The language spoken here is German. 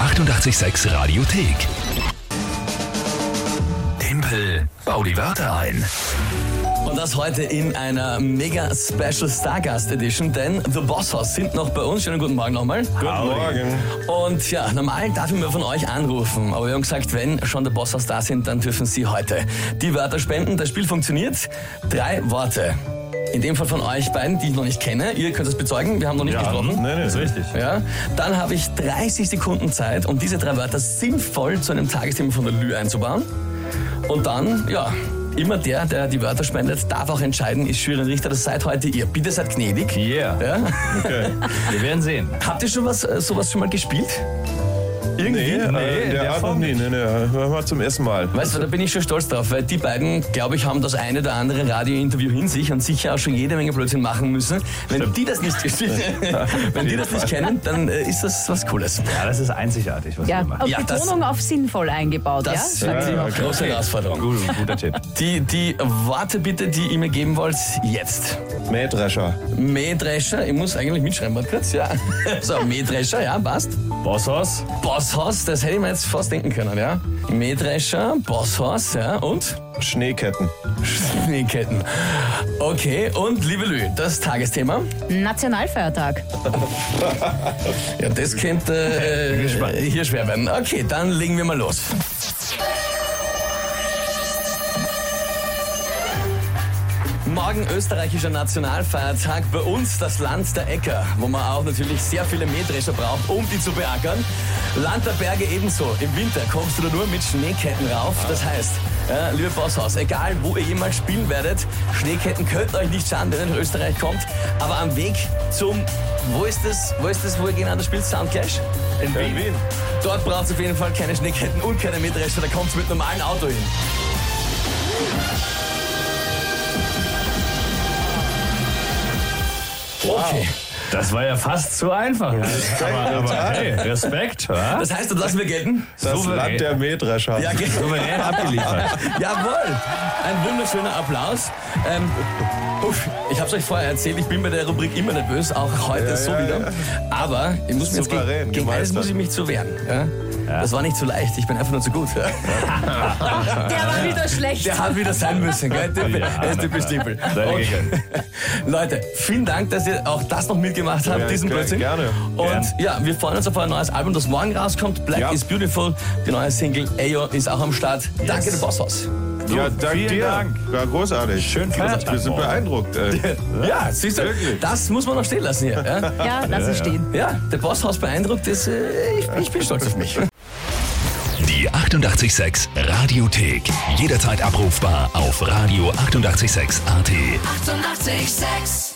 886 Radiothek. Tempel, bau die Wörter ein. Und das heute in einer mega special Stargast Edition, denn The Boss Hoss sind noch bei uns. Schönen guten Morgen nochmal. Guten Morgen. Und ja, normal darf ich mir von euch anrufen, aber wir haben gesagt, wenn schon The Boss Hoss da sind, dann dürfen sie heute die Wörter spenden. Das Spiel funktioniert. Drei Worte. In dem Fall von euch beiden, die ich noch nicht kenne. Ihr könnt das bezeugen, wir haben noch nicht Hm? gesprochen. Nein, nein, ist richtig. Ja, dann habe ich 30 Sekunden Zeit, um diese drei Wörter sinnvoll zu einem Tagesthema von der Lü einzubauen. Und dann, ja, immer der, der die Wörter spendet, darf auch entscheiden, ist Schülerin Richter, das seid heute ihr. Bitte seid gnädig. Yeah, Ja. Okay. wir werden sehen. Habt ihr schon was, äh, sowas schon mal gespielt? Nee, äh, nee, in der der hat noch Form nie. Nee, nee, hören wir zum ersten Mal. Weißt du, da bin ich schon stolz drauf, weil die beiden, glaube ich, haben das eine oder andere Radiointerview in sich und sicher auch schon jede Menge Blödsinn machen müssen. Wenn die das nicht, wenn die das nicht kennen, dann äh, ist das was Cooles. Ja, das ist einzigartig, was Ja, wir machen. auf Ja, das- Betonung auf sinnvoll eingebaut, Das ja? ist eine okay. große Herausforderung. Gut, guter Tipp. Die, die Worte bitte, die ihr mir geben wollt, jetzt. Mähdrescher. Mähdrescher, ich muss eigentlich mitschreiben, warte kurz, ja. So, Mähdrescher, ja, passt. Bosshaus, Bosshaus, das hätte ich mir jetzt fast denken können, ja. Mähdrescher, Bosshaus, ja, und Schneeketten. Schneeketten. Okay, und liebe Lü, das Tagesthema, Nationalfeiertag. ja, das könnte äh, hier schwer werden. Okay, dann legen wir mal los. Morgen österreichischer Nationalfeiertag bei uns das Land der Äcker, wo man auch natürlich sehr viele Mähdrescher braucht, um die zu beackern. Land der Berge ebenso. Im Winter kommst du da nur mit Schneeketten rauf. Das heißt, ja, liebe Bosshaus, egal wo ihr jemals spielen werdet, Schneeketten könnt euch nicht schaden, wenn ihr nach Österreich kommt. Aber am Weg zum, wo ist das, wo ist das, wo ihr gegeneinander spielt, Soundclash? In Wien. Dort braucht es auf jeden Fall keine Schneeketten und keine Mähdrescher, da kommt es mit normalem Auto hin. Okay. das war ja fast zu einfach. Aber, aber hey, Respekt. Ja? Das heißt, das lassen wir gelten? Das Souverän. Land der Mähdrescher. Ja, ge- Souverän abgeliefert. Jawohl! Ein wunderschöner Applaus. Ähm, uff, ich habe es euch vorher erzählt, ich bin bei der Rubrik immer nervös, auch heute so ja, wieder. Aber ich muss mir jetzt Souverän, gegen, gegen alles gemeistert. muss ich mich zu wehren. Ja? Das war nicht so leicht, ich bin einfach nur zu gut. Der war wieder schlecht. Der hat wieder sein müssen, gell? Dippel. Ja, er ist na Dippel klar. Stippel. Sei gegönnt. Leute, vielen Dank, dass ihr auch das noch mitgemacht habt, Ja, diesen ge- Blödsinn. gerne. Und Gern. ja, wir freuen uns auf euer neues Album, das morgen rauskommt. Black Ja. is Beautiful. Die neue Single Ayo ist auch am Start. Danke, dem Bosshaus. ja dank vielen dir. Dank. War großartig. Schön Feiertag Wir sind morgen. beeindruckt. Ey. Ja, siehst du, Wirklich? das muss man noch stehen lassen hier. Ja, Ja, lass ihn stehen. ja der Bosshaus beeindruckt ist, äh, ich, ich bin stolz auf mich. Die 886 Radiothek. Jederzeit abrufbar auf radio886.at. 886! 886. 886